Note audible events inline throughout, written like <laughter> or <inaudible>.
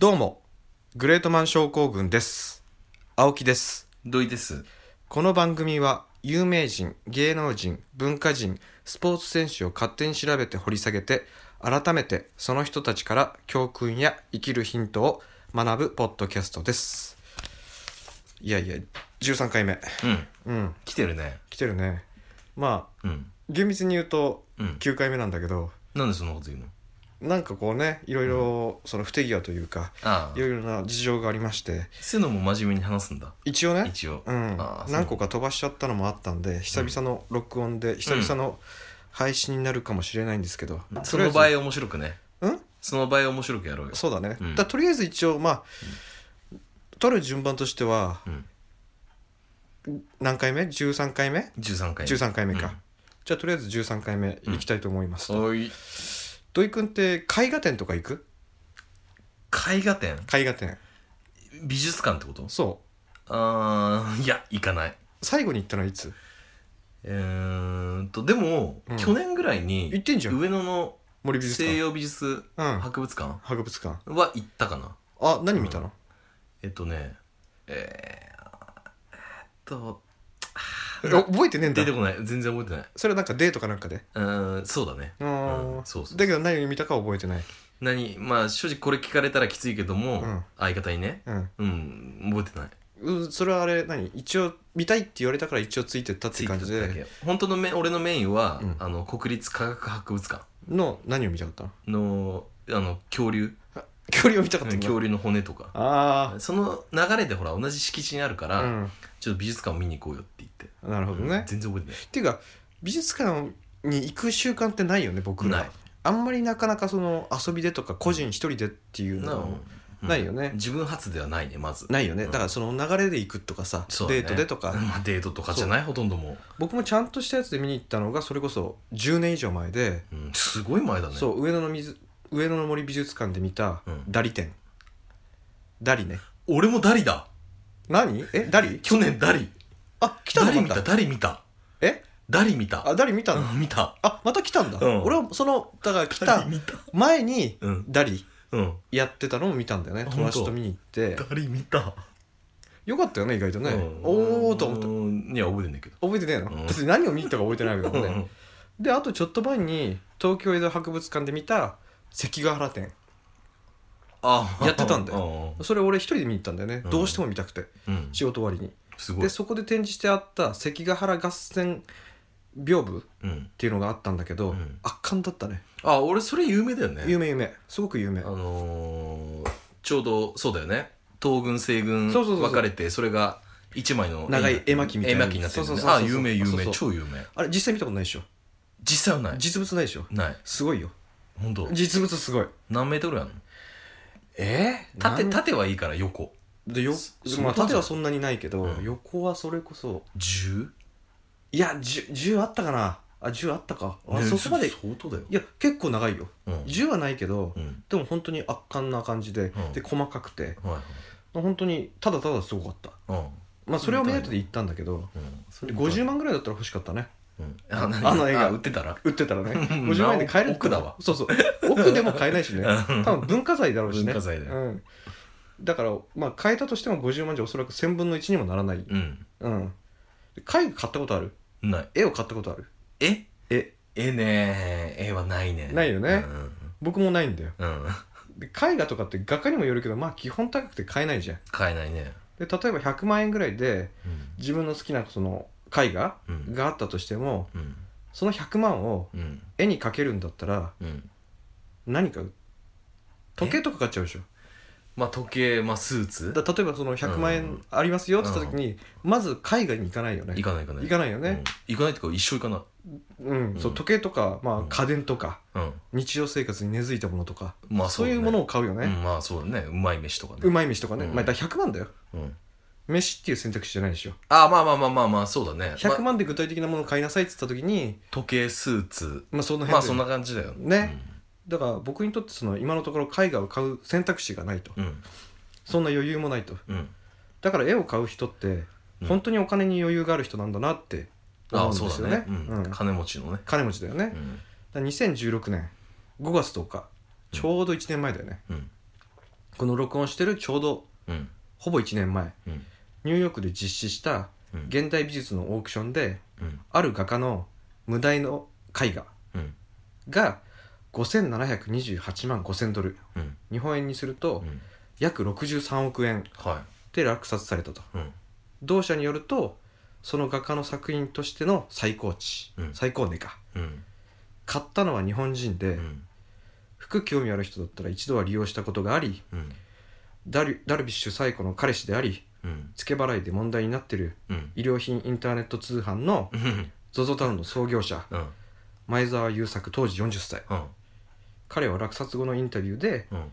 どうも、グレートマン症候群です。青木です。土井です。この番組は、有名人、芸能人、文化人、スポーツ選手を勝手に調べて掘り下げて、改めてその人たちから教訓や生きるヒントを学ぶポッドキャストです。いやいや、13回目。ううん。ん、来てるね。来てるね。まあ、うん。厳密に言うとうん。 9回目なんだけど、なんでそんなこと言うのなんかこうね、いろいろその不手際というか、あいあ。ろいろな事情がありまして、すのも真面目に話すんだ。一応ね、一応。うんあ、ー何個か飛ばしちゃったのもあったんで久々の録音で久々の配信になるかもしれないんですけど、その場合面白くね。合うんその場合面白くやろうよ。そうだね、うんだとりあえず一応まあ、撮る順番としてはうん。何回目 ?13 回目13回。 ?13 回目か、うんじゃあとりあえず13回目いきたいと思います、おい。土井くんって絵画展とか行く絵画展絵画展美術館ってことそうああ、いや、行かない。最後に行ったのはいつえーっと、でもうん、去年ぐらい行っに、てんじゃん上野の森美術西館洋美術うん博物館博物館は行ったかな。あ何見たの、えっとね、えーえーっと、え覚えてねえんだ出てこない。全然覚えてない。それはなんかデートかなんかでうーん、そうだね。あーうんそうそうだけど何を見たかは覚えてない何まあ正直これ聞かれたらきついけども、うん相方にねうんうん覚えてないうん、それはあれ何一応見たいって言われたから一応ついてったってついいうてた感だじでけ本当のめ俺のメインは、うんあの国立科学博物館の何を見たかったののあの恐竜恐竜を見たかったんだ恐竜の骨とかあその流れでほら同じ敷地にあるかあら、うんちょっと美術館を見に行こうよって言ってなるほどね、全然覚えてないっていうか美術館に行く習慣ってないよね僕らないあんまりなかなかその遊びでとか個人一人でっていうのはうんないよね自分発ではないねまずないよねうだんからその流れで行くとかさ、そうだねデートでとか、まあ、デートとかじゃないほとんども僕もちゃんとしたやつで見に行ったのがそれこそ10年以上前で、う、うん、すごい前だねそう上野の水上野の森美術館で見たうんダリ展、ダリね俺もダリだ何えダリ去年ダリあ、来たダのリま見たたダリ見たえダリ見たあ、誰見たの、うん見たあ、また来たんだ。うん俺はその、だから来ダたリ見た前に、うんダリうんやってたのを見たんだよね。あ友達本と当見に行って。ダリ見たよかったよね、意外とね。うんおーと思った。うんいや覚えてんだけど覚えてねえの、うん別に何を見に行ったか覚えてないけどうね。んで、あとちょっと前に、東京江戸博物館で見た関ヶ原展。あやってたんだよそれ俺一人で見に行ったんだよね。うんどうしても見たくて。うん仕事終わりに。すごで、いそこで展示してあった関ヶ原合戦屏風っうんていうのがあったんだけど、うん圧巻だったね。あ俺それ有名だよね有名有名。すごく有名あ。のーちょうどそうだよね東軍西軍そうそうそうそう分かれてそれが一枚の長い絵巻みたいな絵巻になってるそねうそうそうあそう有名有名そうそ超有名あれ実際見たことないでしょ実際はない実物ないでしょないすごいよ本当実物すごい何メートルやんのえー、縦なん縦はいいから横でよそまあ、そんな縦はそんなにないけど、うん横はそれこそ 10? いや 10, 10あったかなあ10あったかあ、ねそこまでい相当だよや結構長いようん10はないけど、うんでも本当に圧巻な感じで、うんで細かくてはいはい本当にただただすごかったうんまあそれを目当てで行ったんだけどうんそでれ見たい50万ぐらいだったら欲しかったねうんあ何あの映画あ売ってたら売ってたらねうん50万円で買える奥だわそうそう奥でも買えないしねうん多分文化財だろうしね文化財だようん、だからまあ買えたとしても50万じゃおそらく1000分の1にもならないうんうん絵画買ったことあるない絵を買ったことあるえ絵絵ね絵はないねないよねうん僕もないんだようんで絵画とかって画家にもよるけどまあ基本高くて買えないじゃん買えないねで例えば100万円ぐらいで自分の好きなその絵画うんうんがあったとしてもうんその100万をうん絵に描けるんだったらうん何か時計とか買っちゃうでしょまあ時計まあスーツだから例えばその100万う円んありますよって言った時にまず絵画に行かないよね行かない行かない行かないよねうん行かないってか一生行かなうん、うんそう時計とか、まあうん、家電とかいうん日常生活に根付いたものとか、まあそういうだもねのを買うよね、うんまあそうだねうまい飯とかうねまい飯とかね、うんまあ、だから100万だようん飯っていう選択肢じゃないでしょあまあまあまあまあまあそうだね100まあ万で具体的なものを買いなさいって言った時に時計スーツまあその辺で、まあそんな感じだよねだから僕にとってその今のところ絵画を買う選択肢がないとうんそんな余裕もないとうんうんだから絵を買う人ってうん本当にお金に余裕がある人なんだなって思あうあんそですうよだねねうん金持ちのね金持ちだよね、うだかんら2016年5月10日ちょうど1年前だよね、うんこの録音してるちょうどうんほぼ1年前うんニューヨークで実施したうん現代美術のオークションでうんある画家の無題の絵画うんが5728万5000ドルうん日本円にするとうん約63億円はで落札されたというん同社によるとその画家の作品としての最高値、うん最高値かうん買ったのは日本人で、うん服興味ある人だったら一度は利用したことがありうんダルダルビッシュ最古の彼氏でありうん付け払いで問題になってるう衣ん料品インターネット通販のうん ZOZO タウンの創業者うん前澤友作当時40歳うん彼は落札後のインタビューでうん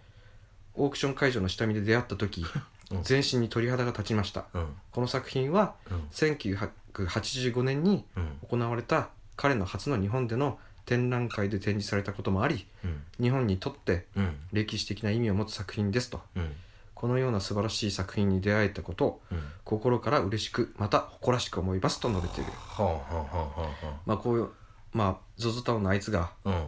オークション会場の下見で出会った時うん全身に鳥肌が立ちましたうんこの作品はうん1985年にうん行われた彼の初の日本での展覧会で展示されたこともありうん日本にとってうん歴史的な意味を持つ作品ですとうんこのような素晴らしい作品に出会えたことをうん心から嬉しくまた誇らしく思いますと述べているはあはあはあはあはまあこういうまあ ZOZO タウンのあいつがあうん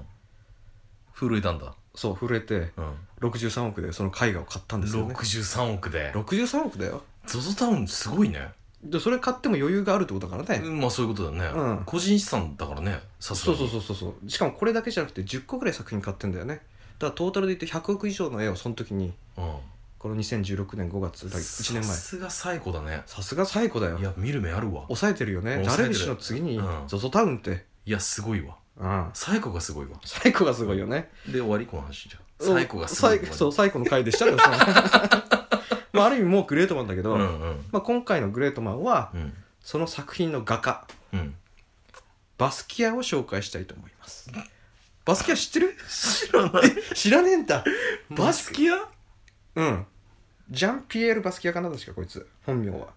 震えたんだそう震えてうん63億でその絵画を買ったんですよね63億で63億だよ ZOZO タウンすごいねでそれ買っても余裕があるってことだからね、うんまあそういうことだよね、うん個人資産だからねさすそがうにそうそうそうそうしかもこれだけじゃなくて10個ぐらい作品買ってんだよねだからトータルで言って100億以上の絵をその時にうんこの2016年5月だ1年前さすが最古だねさすが最古だよいや見る目あるわ抑えてるよね抑えダてるルビッシュの次にうん ZOZO タウンっていやすごいわうん最古がすごいわ最古がすごいよねで終わりこの話じゃ最古がすごい最そう最古の回でしたけ <laughs> どさまあある意味もうグレートマンだけど、うんうんまあ、今回のグレートマンはうんその作品の画家うんバスキアを紹介したいと思いますバスキア知ってる知らない知らねえんだバスキアうんジャンピエール・バスキアかな確かこいつ本名は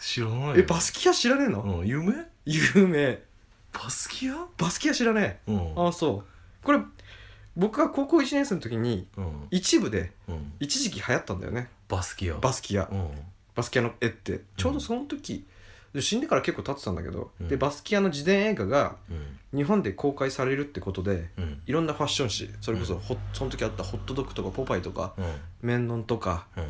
知らないえバスキア知らねえの、うん有名有名バスキアバスキア知らねうんえああそうこれ僕が高校1年生の時にうん一部でうん一時期流行ったんだよねバスキアバスキアうんバスキアの絵ってちょうどその時、で死んでから結構経ってたんだけど、うんでバスキアの自伝映画がうん日本で公開されるってことでうんいろんなファッション誌それこそうんホッその時あったホットドッグとかポパイとかうんメンノンとかうん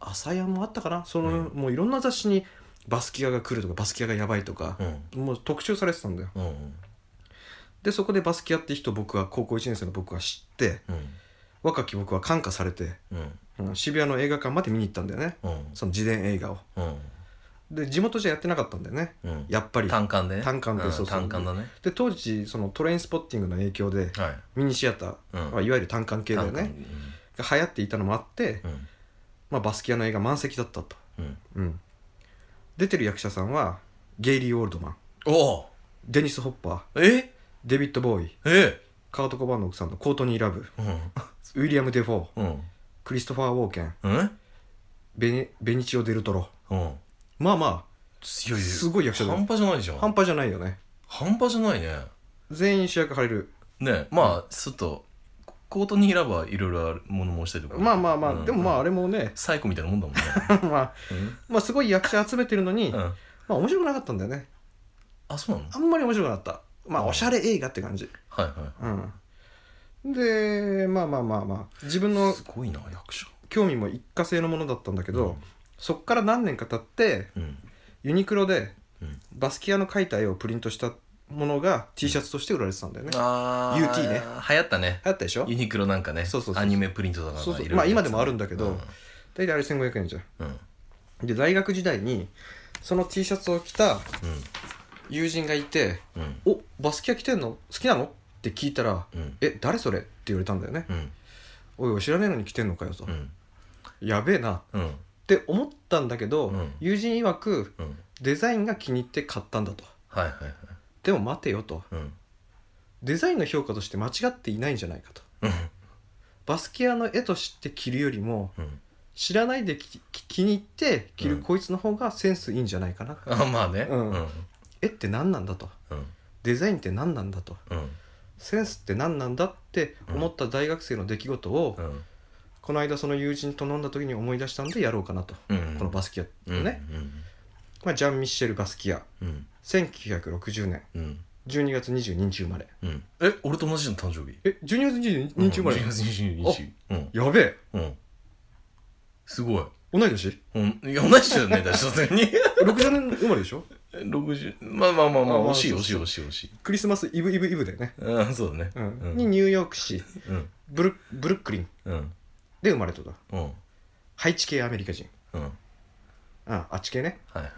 朝ヤンもあったかなその、うもういろんな雑誌にバスキアが来るとかバスキアがやばいとかう、んもう特集されてたんだようんでそこでバスキアって人を僕は高校1年生の僕は知ってうん若き僕は感化されて、うんうん渋谷の映画館まで見に行ったんだよねうんその自伝映画をうんで地元じゃやってなかったんだよねうんやっぱり単館でね単館でうんそうそう単館だねで当時そのトレインスポッティングの影響ではいミニシアター、うんまあ、いわゆる単館系だよねが流行っていたのもあって、単館まあ、バスキアの映画満席だったと、うんうんうん、出てる役者さんはゲイリー・オールドマンおおデニス・ホッパーえデビッド・ボーイえカート・コバーンの奥さんのコートニー・ラブうんウィリアム・デフォーうんクリストファー・ウォーケンうんベニベニチオ・デルトロうんまあま強いやすごい役者だよ半端じゃないじゃあん半端じゃないよね半端じゃないね全員主役張れるねまあちょっとコートニーラバーいろいろある物申したりとかまあまあまあ、でもまああれれもね <laughs> サイコみたいなもんだもんねまあまあすごい役者集めてるのに、うんうんまあ面白くなかったんだよねあそうなのあんまり面白くなかったまあうんおしゃれ映画って感じはいはうんでまあまあまあまあ自分のいすごいな役者興味も一過性のものだったんだけど、うんそっから何年か経ってうんユニクロでうんバスキアの描いた絵をプリントしたものが T シャツとして売られてたんだよね、流ああ UT ね流行ったね行ったでしょユニクロなんかねそうそうそうアニメプリントだからそうそういろいろまあ今でもあるんだけどうん大体あれ1500円じゃんうんで大学時代にその T シャツを着たうん友人がいてうん「おバスキア着てんの好きなの?」って聞いたらうん「え誰それ?」って言われたんだよねうん「おいおい知らねえのに着てんのかよ」とう。んやべえなっうんて思ったんだけど、うん友人曰くうんデザインが気に入って買ったんだとはいはいはいでも待てよとうんデザインの評価として間違っていないんじゃないかとうんバスキアの絵として着るよりもうん知らないできき気に入って着るうんこいつの方がセンスいいんじゃないかな、あまあねうんうん絵って何なんだとうんデザインって何なんだとうんセンスって何なんだって思った大学生の出来事を、うんこの間その友人と飲んだ時に思い出したんでやろうかなと、うんこのバスキアうのんね、まあ、ジャン・ミッシェル・バスキアうん1960年うん12月22日生まれうんえ俺と同じの誕生日え12月22日生まれ、 12月22日うんやべえうんすごい。同い年うん、いや、同じだよね、だしさすがに。 ?60 年生まれでしょ60、まあまあまあまあまああ、惜しいそう惜しいそう惜しい惜しい。クリスマスイブイブイブだよね、うん、そうだね。ううんん。にニューヨーク市うん。ブルブルックリンうん。で生まれたとうん。ハイチ系アメリカ人うん。はいああっち系ねはい。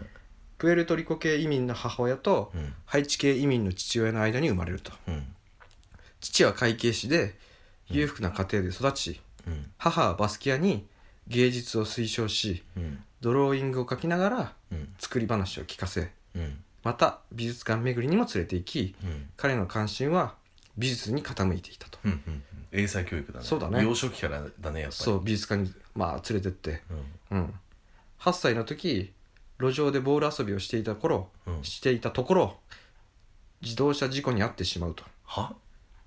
プエルトリコ系移民の母親とうん。ハイチ系移民の父親の間に生まれるとうん。父は会計士で裕福な家庭で育ち、うん。母はバスキアに芸術を推奨しうん。ドローイングを描きながらうん。作り話を聞かせうん。また美術館巡りにも連れて行きうん。彼の関心は美術に傾いていたとうん。うん。英才教育だね。そうだね幼少期からだね、やっぱり。そう美術館にまあ連れてってうん。うん8歳の時路上でボール遊びをしていた頃うん。していたところ自動車事故に遭ってしまうとは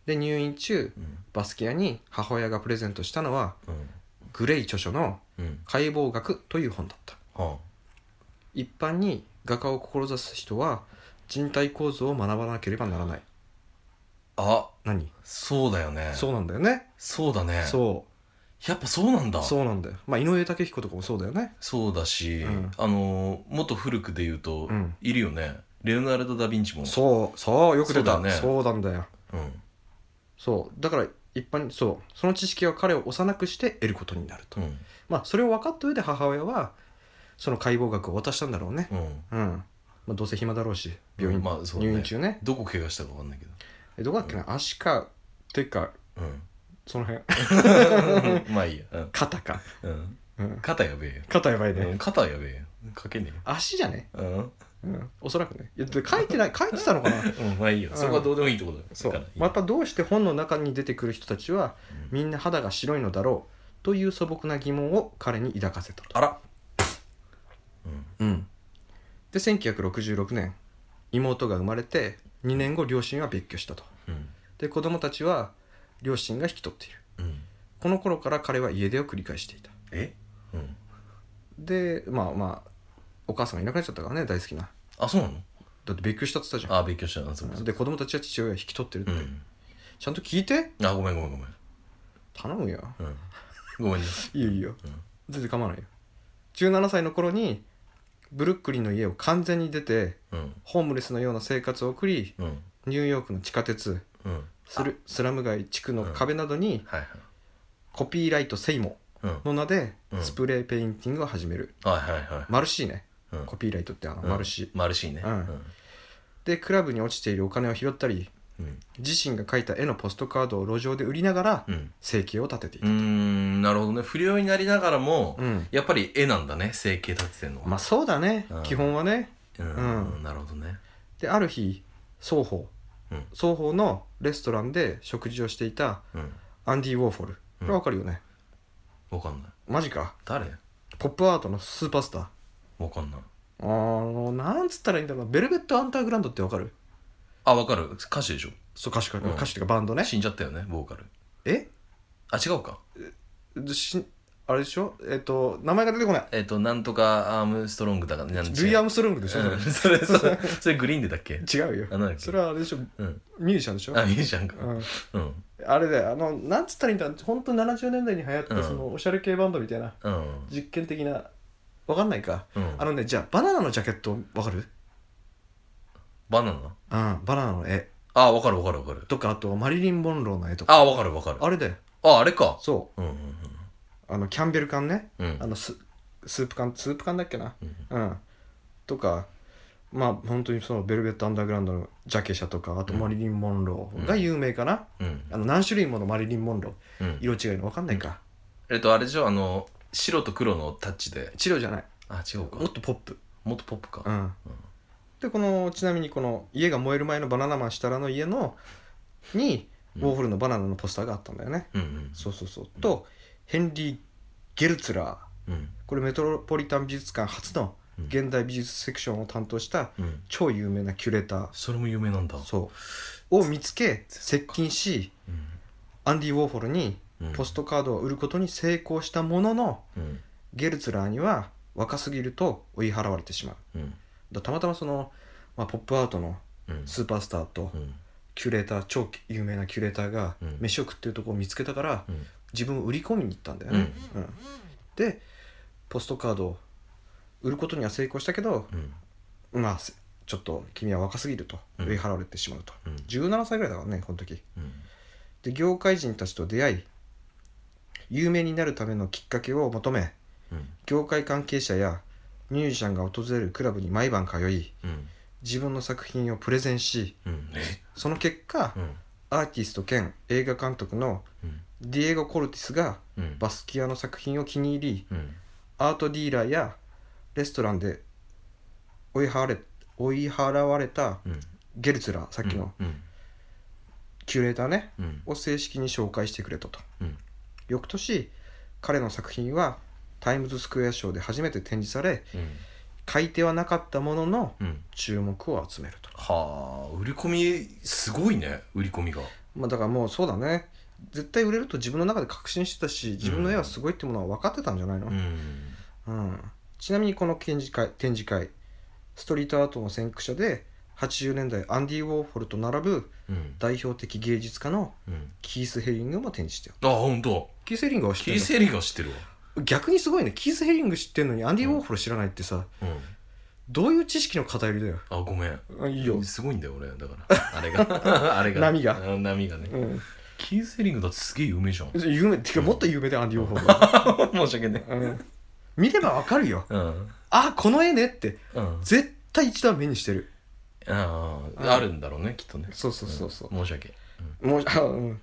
で入院中うん。バスキアに母親がプレゼントしたのはうん。グレイ著書のうん。「解剖学」という本だったは一般に画家を志す人は人体構造を学ばなければならないあ。あ、何そうだよね。そうなんだよねそうだね。そやっぱそうなんだ。うそうなんだよまあ井上武彦とかもそうだよねそうだし、うんあのー、もっと古くで言うと、うんいるよね。レオナルド・ダ・ヴィンチも。そうそうよく出たそうだねそうなんだよう。うん。そうだから一般にそうその知識は彼を幼くして得ることになると、うん。まあそれを分かった上で母親はその解剖学を渡したんだろうねうん。うん、まあ、どうせ暇だろうし病院、まあそうだね入院中ねどこ怪我したかわかんない <laughs> けど。えどこだっけな足か手かうん。 <laughs> その辺 <laughs> まあいいや。うん肩か、うん。うん、肩やべえよ肩やばいね、うん。肩やべえよ。かけね足じゃねえよ。うん。うんおそらくねいやで書いてない <laughs> 書いてたのかなうん、まあいいよ。そこはどうでもいいってことだよそだうからいいまたどうして本の中に出てくる人たちはうんみんな肌が白いのだろうという素朴な疑問を彼に抱かせたとあら。うん。うん、で1966年妹が生まれて2年後両親は別居したとうん。で子供たちは両親が引き取っているうん。この頃から彼は家出を繰り返していたえうん。でまあまあお母さんがいなくなっちゃったからね大好きなあ、そうなのだって別居したって言ったじゃんあ、勉強したな、そうかそうでか子供たちは父親を引き取ってるって、うん。ちゃんと聞いてあ、ごめんごめんごめん。頼むようん。ごめんね。いいよいいよ、うん全然構わないよ17歳の頃にブルックリンの家を完全に出てうん。ホームレスのような生活を送りうん。ニューヨークの地下鉄うん。スルスラム街地区の壁などにはいはい。コピーライトセイモうん。はいの名でうんスプレーペインティングを始める、はいはい。マルシーねうんコピーライトってあのマルシー、マルシーね。うんでクラブに落ちているお金を拾ったりうん。自身が描いた絵のポストカードを路上で売りながらうん。生計を立てていうーた、ん、なるほどね。不良になりながらも、うんやっぱり絵なんだね、整形立ててんのは。まあそうだね、うん基本はねうん、うなるほどね。である日双方うん。双方のレストランで食事をしていたうん。アンディ・ウォーホルこれわかるよね、わかんない。マジか誰ポップアートのスーパースターわかんない。あのなんつったらいいんだろうなベルベット・アンダーグラウンドってわかるあ、わかる。歌手でしょ。そう歌手か、うん歌手っていうかバンドね死んじゃったよね、ボーカル。えあ、違うか。しあれでしょえっ、と名前が出てこないえっと、なんとかアームストロングだから、なんルイ・アームムストロングでしょ、うん、それ、それ、それグリーンでだっけそれ違うよあ、なんだっけそれはあれでしょうん。ミュージシャンでしょあ、ミュージシャンか。うん、うん。あれだよあのなんつったらいいんだ本当70年代に流行ったうんそのおしゃれ系バンドみたいなうん。実験的なわかんないか、うんあのねじゃあバナナのジャケットわかるうんバナナバナナの絵あ、わかるわかるわかる。とかあとマリリン・モンローの絵とかあ、わかるわかる。あれだよあ、あれか。そうんうんうあのキャンベル缶ねうん。うんあのススープ缶スープ缶だっけなうんうん、とかまあ本当にそのベルベット・アンダーグラウンドのジャケ写とかあとうんマリリン・モンローが有名かな、うん。あの何種類ものマリリン・モンローうん。色違いの分かんないかえっと、あれでしょ、あの、白と黒のタッチで。治療じゃないあ、違うかも。っとポップもっとポップか。うん、でこのちなみにこの家が燃える前のバナナマン設楽の家のにウうんォーホルのバナナのポスターがあったんだよね、うんうんそうそうそうとヘンリー・ゲルツラーうんこれメトロポリタン美術館初のうん現代美術セクションを担当したうん超有名なキュレーターそれも有名なんだそうを見つけ接近しうアンディ・ウォーホルにんポストカードを売ることに成功したもののうんゲルツラーには若すぎると追い払われてしまううんだたまたまその、まあ、ポップアートのうんスーパースターとうんキュレーター超有名なキュレーターがうん飯を食ってるとこを見つけたからうん自分を売り込みに行ったんだよね、うんでポストカードを売ることには成功したけど、うんまあせちょっと君は若すぎるとうん追い払われてしまうと、うん17歳ぐらいだからねこの時うんで業界人たちと出会い有名になるためのきっかけを求めうん業界関係者やミュージシャンが訪れるクラブに毎晩通いうん自分の作品をプレゼンしうんえその結果うんアーティスト兼映画監督のうんディエゴ・コルティスがうんバスキアの作品を気に入りうんアートディーラーやレストランで追い払われ追い払われたうんゲルツラーさっきのうんキュレーターねうんを正式に紹介してくれたとうん翌年彼の作品はタイムズスクエア賞で初めて展示されうん買い手はなかったもののうん注目を集めると、はあ売り込みすごいね売り込みがまあ、だからもうそうだね絶対売れると自分の中で確信してたし自分の絵はすごいってものは分かってたんじゃないの、うんうん、ちなみにこの展示会展示会ストリートアートの先駆者で80年代アンディ・ウォーホルと並ぶうん代表的芸術家のうんキース・ヘリングも展示してるあ本当キース・ヘリングは知ってキるーセリが知ってるわ逆にすごいねキース・ヘリング知ってるのにアンディ・ウォーホル知らないってさうんどういう知識の偏りだよあごめんあいいよ、すごいんだよ俺だからあ <laughs> れがあれが波がうん波がねうん、キーセリングだってすげえ有名 <laughs> じゃん有名てかもっと有名でアンディ・ウォーホルは申し訳な <laughs> いうん見ればわかるようんあこの絵ねってうん絶対一度は目にしてるあああるんだろうねきっとねそうそうそうそう、申し訳もうあうんうん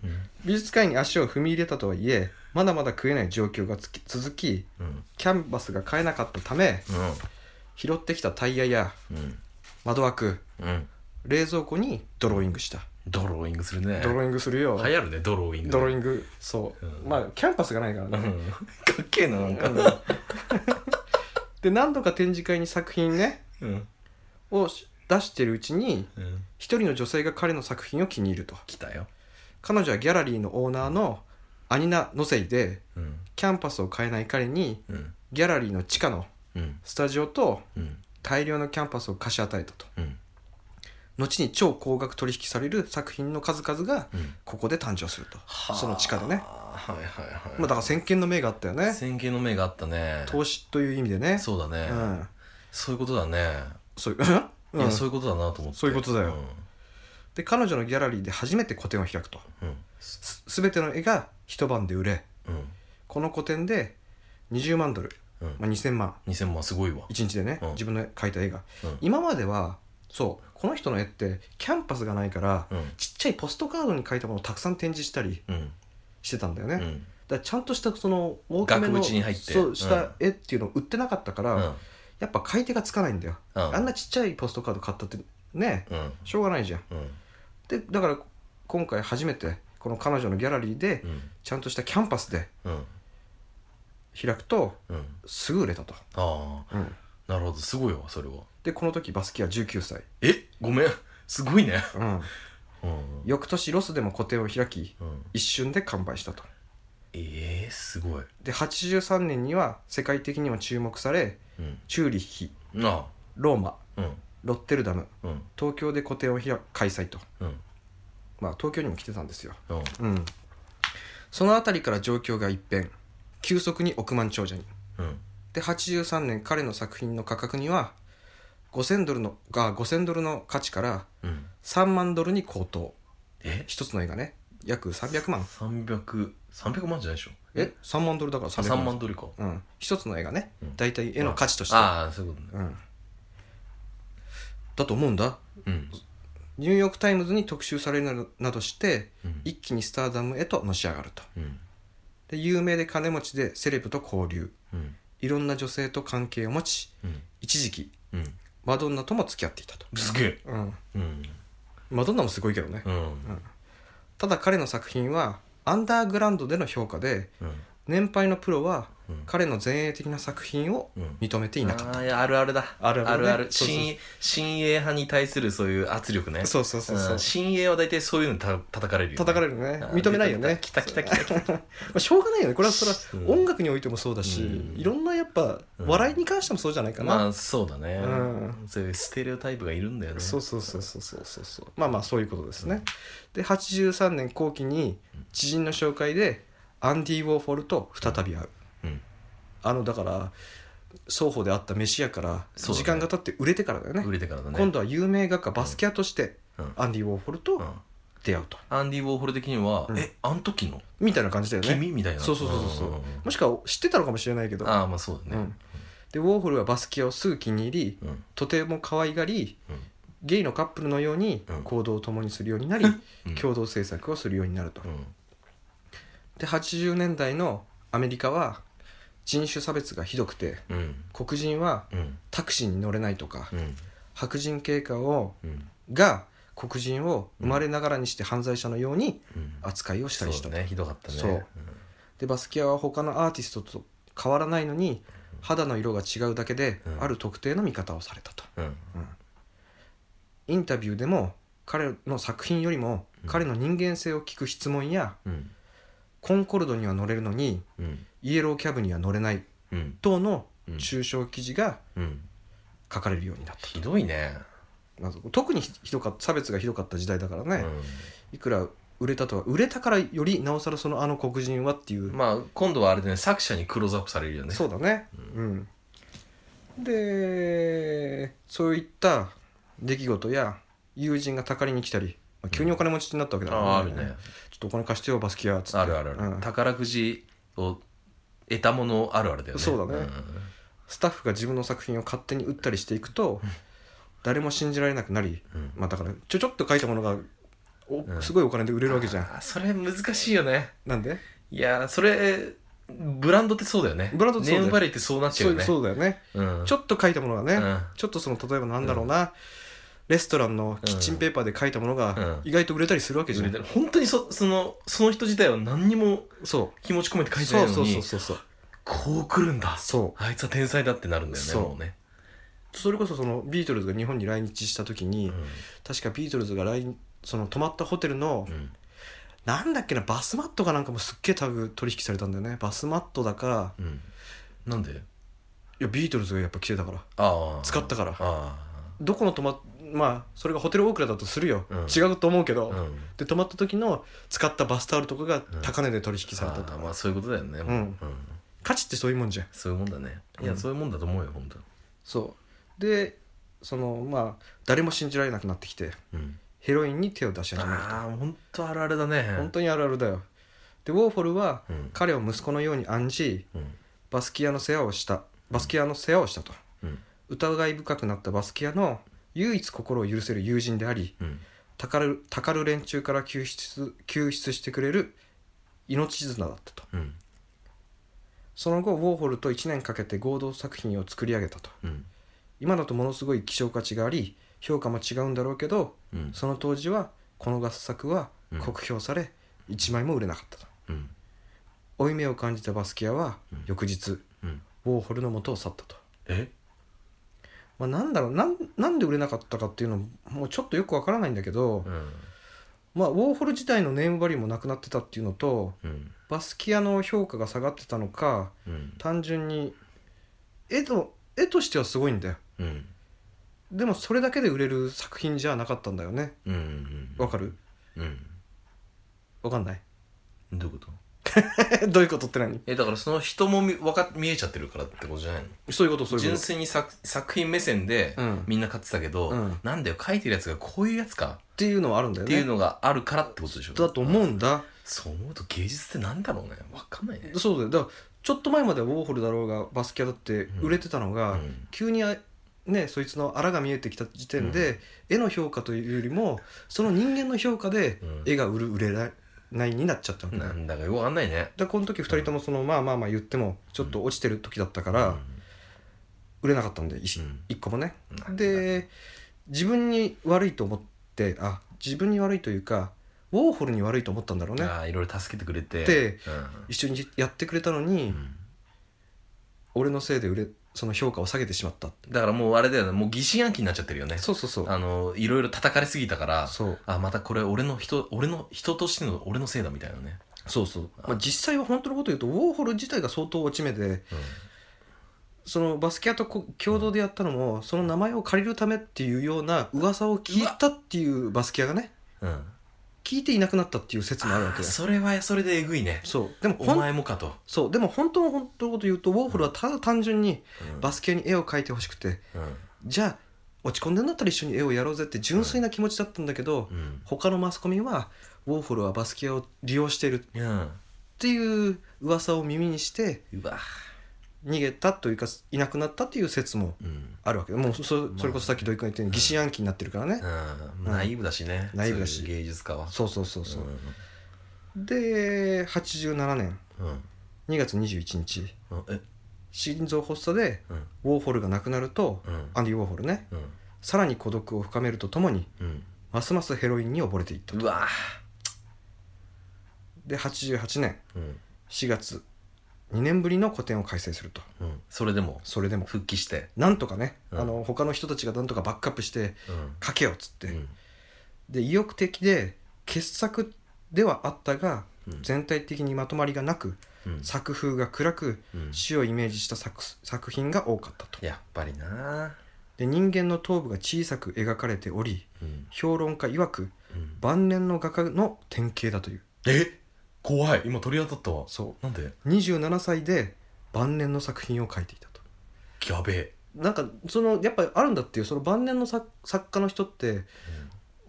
美術界に足を踏み入れたとはいえまだまだ食えない状況がつき続きうんキャンバスが買えなかったため拾ってきたタイヤやうんうん窓枠うん冷蔵庫にドローイングしたドローイングするねドローイングするよ、流行るねドローイングドローイングそう、うんまあキャンパスがないからうね、んかっけえななんか <laughs> で何度か展示会に作品ねうんをし出してるうちにうん一人の女性が彼の作品を気に入ると来たよ彼女はギャラリーのオーナーのアニナ・ノセイでうんキャンパスを買えない彼にうんギャラリーの地下のうんスタジオとうん大量のキャンパスを貸し与えたとうん後に超高額取引される作品の数々がうんここで誕生すると、はあその地下でね、はいはいはいまあ、だから先見の明があったよね先見の目があったね投資という意味でねそうだね、うん、そういうことだね、そう <laughs> いう、いやうんそういうことだなと思ってそういうことだよで彼女のギャラリーで初めて個展を開くとうんうんす全ての絵が一晩で売れうんこの個展で20万ドル、うんまあ、2000万2000万すごいわ1日でね、うん自分の描いた絵が、うん今まではそうこの人の絵ってキャンパスがないから、うんちっちゃいポストカードに描いたものをたくさん展示したりうんしてたんだよね、うだかんらちゃんとしたその大きめの額縁に入ってそうしうんた絵っていうのを売ってなかったから、うんやっぱ買い手がつかないんだよ、うんあんなちっちゃいポストカード買ったってねうんしょうがないじゃんうんでだから今回初めてこの彼女のギャラリーでうんちゃんとしたキャンパスでうん開くとうんすぐ売れたと、ああなるほどすごいわそれはでこの時バスキア19歳、えごめんすごいねうん、うん翌年ロスでも個展を開きうん一瞬で完売したとええすごいで83年には世界的にも注目されうんチューリッヒなローマあうんロッテルダムうん東京で個展を開開催とうんまあ東京にも来てたんですようんうんその辺りから状況が一変急速に億万長者にうんで83年彼の作品の価格には5000ドルのが5000ドルの価値からうん3万ドルに高騰え一つの絵がね約300万300300万じゃないでしょえ3万ドルだからあ300 3万万ドルかうん、一つの絵がね、うん大体絵の価値として、ああそういうことねうん、だと思うんだうんニューヨーク・タイムズに特集されるなどしてうん一気にスターダムへとのし上がるとうんで有名で金持ちでセレブと交流うんいろんな女性と関係を持ちうん一時期うんマドンナとも付き合っていたと、すげえうん、うんマドンナもすごいけどね、うんただ彼の作品はアンダーグラウンドでの評価でうん年配のプロはうん彼の前衛的な作品をうん認めていなかった、あーいやあるあるだあるああるる,、ねあるそうそう新新鋭派に対するそういう圧力ねそうそうそうそううん新鋭は大体そういうのにた叩かれるよ、ね、叩かれるるね認めないよね来た来た来た来た来たまあ、しょうがないよねこれはそれはうん音楽においてもそうだし、うんいろんなやっぱうん笑いに関してもそうじゃないかな、まあそうだね、うそういうステレオタイプがいるんだよねそうそうそうそうそうそうそうまあまあそういうことですね、で83年後期に知人の紹介でアンディ・ウォーフォルと再び会う、うんあのだから双方であった飯やから、そうだ時ね間が経って売れてからだよね売れてからだね今度は有名画家バスキアとして、うんアンディ・ウォーホルうとん出会うと、アンディ・ウォーホル的には、うんえあん時のみたいな感じだよね君みたいなそうそうそうそう、んんんもしかは知ってたのかもしれないけど、ああまあそうだうねん、でウォーホルはバスキアをすぐ気に入りうん、うんとても可愛がりゲイのカップルのようにうん行動を共にするようになり、うん共同制作をするようになると、うんで80年代のアメリカは人種差別がひどくてうん黒人はうんタクシーに乗れないとか、うん白人警官をうんが黒人を生まれながらにして犯罪者のようにうん扱いをしたりしたそうと、だねひどかったねそうでバスキアは他のアーティストと変わらないのに肌の色が違うだけで、うんある特定の見方をされたとうんうんインタビューでも彼の作品よりもうん彼の人間性を聞く質問や、うんコンコルドには乗れるのにうんイエローキャブには乗れないうん等のうん中傷記事がうん書かれるようになったとひどいねまあ特にひどか差別がひどかった時代だからね、うんいくら売れたとは売れたからよりなおさらそのあの黒人はっていう、まあ今度はあれでね作者にクローズアップされるよねそうだねうん、でそういった出来事や友人がたかりに来たり、まあ、急にお金持ちになったわけだあからああるねちょっとお金貸してよバスキアっつってあるあるある、うん宝くじを得たものあるあるだよねそうだねスタッフが自分の作品を勝手に売ったりしていくと誰も信じられなくなり、うんうんまあ、だからちょちょっと書いたものがおうんすごいお金で売れるわけじゃん、あーそれ難しいよねなんでいやーそれブランドってそうだよねブランドってそうだよネームバリューってそうなっちゃそうようねそうだよね、うんちょっと書いたものがね、うんちょっとその例えばなんだろうな、レストランのキッチンペーパーで書いたものがうん意外と売れたりするわけじゃ売ん、れてる本当にそそのその人自体は何にもそう気持ち込めて書いてなそいうのにそうそうそうそうこう来るんだそあいつは天才だってなるんだよねそうもうね、うそれこそそのビートルズが日本に来日した時に、うん確かビートルズが来その泊まったホテルの、うんなんだっけなバスマットかなんかもすっげえタグ取引されたんだよねバスマットだかうん、なんでいやビートルズがやっぱ来てたからああ使ったからあどこの泊まっまあそれがホテルオークラだとするよ、うん違うと思うけど、あ、うん、で泊まった時の使ったバスタオルとかがうん高値で取引されたとあーまあそういうことだよね、うん価値ってそういうもんじゃんそういうもんだねいや、うんそういうもんだと思うよ本当そうでそのまあ誰も信じられなくなってきてうんヘロインに手を出し始めるああ本当あるあるだねと本当にあるあるだよでウォーホルはうん彼を息子のように案じうんバスキアの世話をしたバスキアの世話をしたとうん疑い深くなったバスキアの唯一心を許せる友人でありうんたかるたかる連中から救出救出してくれる命綱だったとうんその後ウォーホルと1年かけて合同作品を作り上げたとうん今だとものすごい希少価値があり評価も違うんだろうけどうんその当時はこの合作はうん酷評され1枚も売れなかったとうん負い目を感じたバスキアはうん翌日うんウォーホルの元を去ったと、えまあ、なんだろうなんなんで売れなかったかっていうのももうちょっとよくわからないんだけどう、んまあ、ウォーホル自体のネームバリューもなくなってたっていうのとうんバスキアの評価が下がってたのかうん単純に絵と絵としてはすごいんだようんでもそれだけで売れる作品じゃなかったんだよねうんうんわかるうんわかんない <laughs> どういうことどういうことって何えだからその人もみわか見えちゃってるからってことじゃないのそういうことそういう純こと粋に作作品目線でうんみんな買ってたけど、うんなんだよ書いてるやつがこういうやつかっていうのはあるんだよっねていうのがあるからってことでしょだと思うんだ、そう思うと芸術ってなんだろうねわかんないねそうだよだからちょっと前まではウォーホルだろうがバスキアだってうん売れてたのが、うん急にあねそいつのあらが見えてきた時点で、絵の評価というよりもその人間の評価でうん絵が売る売れないになっちゃったわけだなよ、んだかよくわかんないねでこの時2人ともそのまあまあまあ言ってもちょっと落ちてる時だったから売れなかったんで一うん一個もねうんで自分に悪いと思ってあ自分に悪いというかウォーホルに悪いと思ったんだろうねああいろいろ助けてくれてでう一緒にやってくれたのに、んうん俺のせいで売れその評価を下げてしまったってだからもうあれだよねもう疑心暗鬼になっちゃってるよねそうそうそうあのいろいろ叩かれすぎたからそうあまたこれ俺の人俺の人としての俺のせいだみたいなねそうそう、まあ、実際は本当のこと言うとウォーホル自体が相当落ち目でそのバスキアとこ共同でやったのも、その名前を借りるためっていうような噂を聞いたっていうバスキアがねうんうん聞聞いていなくなったっていう説もあるわけだよそれはそれでえぐいねそうでもおほん前もかと、そうでも本当の本当のこと言うとウォーホルはただ単純にうんバスケに絵を描いてほしくてじゃあ落ち込んでんだったら一緒に絵をやろうぜって純粋な気持ちだったんだけど、うん他のマスコミはウォーホルはバスケを利用しているっうん、うんていう噂を耳にしてうわ、逃げたというかいなくなったという説もうんあるわけもうそそそれこそさっき土井君が言ったように疑心暗鬼になってるからね、うん、内部だしね、ナイーブだしそういう芸術家はそうそうそうそう、うで87年んうん2月21日うんえ心臓発作でうんウォーホルが亡くなると、うんアンディ・ウォーホルねうんさらに孤独を深めるとともにうんますますヘロインに溺れていったうわで88年うん4月2年ぶりの個展を開催するとうんそれでもそれでも復帰してなんとかね、うんあの他の人たちがなんとかバックアップしてうん書けよっつって、うんで意欲的で傑作ではあったがうん全体的にまとまりがなくうん作風が暗くうん死をイメージした作作品が多かったとやっぱりなで人間の頭部が小さく描かれておりうん評論家曰くうん晩年の画家の典型だというえ怖い今鳥当たったわそなんでう27歳で晩年の作品を描いていたとやべえなんかそのやっぱりあるんだっていうその晩年の作作家の人って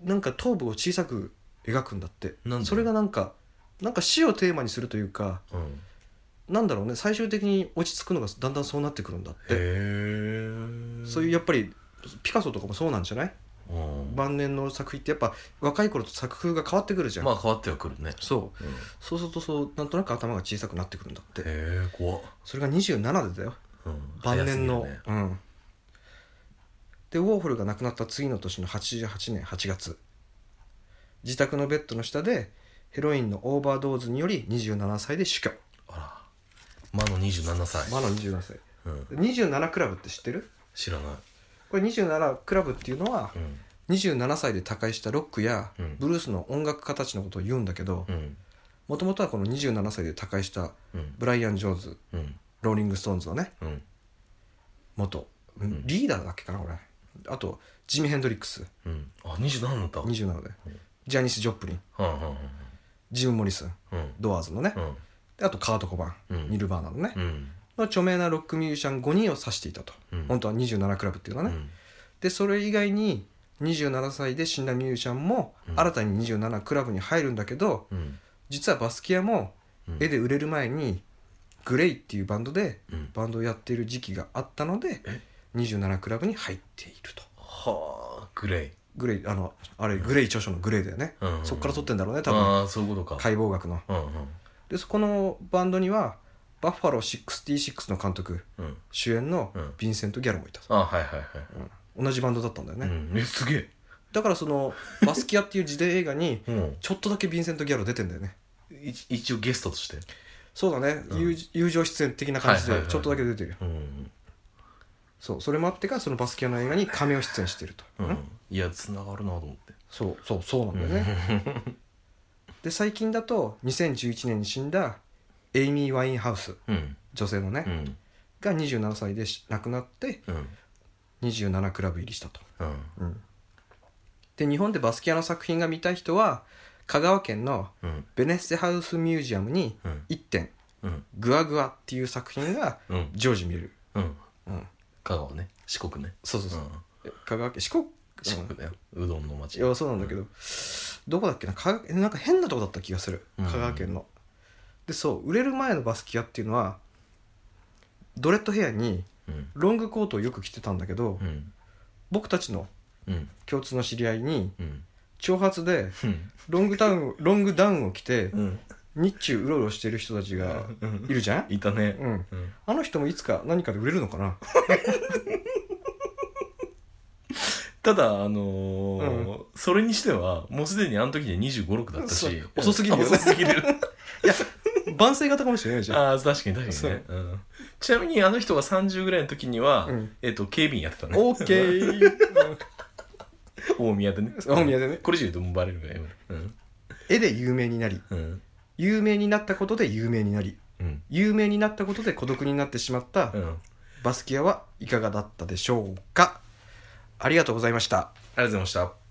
なんか頭部を小さく描くんだってなんでそれがなんかなんか死をテーマにするというかうんなんだろうね最終的に落ち着くのがだんだんそうなってくるんだっへてえそういうやっぱりピカソとかもそうなんじゃないうん晩年の作品ってやっぱ若い頃と作風が変わってくるじゃん、まあ変わってはくるねそううんへそうするとそうなんとなく頭が小さくなってくるんだってえ怖っそれが27でだようん晩年の、早すぎるねうんでウォーホルが亡くなった次の年の88年8月自宅のベッドの下でヘロインのオーバードーズにより27歳で死去あら魔の27歳まだ27歳うん27クラブって知ってる知らないこれ27クラブっていうのはうん27歳で他界したロックやうんブルースの音楽家たちのことを言うんだけどうんもともとはこの27歳で他界したうんブライアン・ジョーズうんローリング・ストーンズのねうん元んリーダーだっけかなこれあとジミ・ヘンドリックスうんあ二27だったうん27でジャニス・ジョプリンうんジム・モリスンうんドアーズのねうんであとカート・コバうンんニルバーナのねうんの著名なロックミュージシャン5人を指していたとうん本当は27クラブっていうのはねでそれ以外に27歳で死んだミュージシャンもうん新たに27クラブに入るんだけどうん実はバスキアもうん絵で売れる前にグレイっていうバンドでうんバンドをやっている時期があったのでえ27クラブに入っているとはあグレイグレイあのあれグレイ著書のグレイだよねうんそっから撮ってんだろうね多分ああそういうことか解剖学のうんうんでそこのバンドにはバッファロー66の監督うん主演のうんヴィンセント・ギャロもいた、あはいはいはい同じバンドだったんだよね、うんえすげえだからそ <laughs> のバスキアっていう時代映画にうんちょっとだけヴィンセント・ギャロ出てんだよね一一応ゲストとしてそうだね、うん友友情出演的な感じはいではいはいちょっとだけ出てるよ、うんそうそれもあってかそのバスキアの映画に亀を出演してると、うんんいやつながるなと思ってそうそうそうなんだよね、で最近だと2011年に死んだエイミー・ワインハウスうん女性のね、うんが27歳でし亡くなってうん27クラブ入りしたと、うんで日本でバスキアの作品が見たい人は香川県のうんベネッセハウスミュージアムにうん1点うん「グアグア」っていう作品がうん常時見れる、うんうん、香川ね四国ねそうそううそう、ん香川県四国、四国だようどんの町いやそうなんだけど、どこだっけな香川なんか変なとこだった気がするうん香川県の、でそう売れる前のバスキアっていうのはドレッドヘアにうんロングコートをよく着てたんだけど、うん僕たちのうん共通の知り合いにうん長髪でうんロングダウンロングダウンを着てうん日中うろうろしてる人たちがいるじゃん、いたねうん、うんあの人もいつか何かで売れるのかなただあのーそれにしてはもうすでにあの時で2 5六6だったしそう遅すぎるよ遅すぎる万世型かもしれないじゃんああ確かに確かそにうね、うん、ちなみにあの人が30ぐらいの時には、うんえっと警備員やってたねオッケー大宮でね大宮でねこれ以上言うともうバレるからやめろうん絵で有名になりうん有名になったことで有名になりうん有名になったことで孤独になってしまったうんありがバスキアはいかがだったでしょうかありがとうございましたとうございました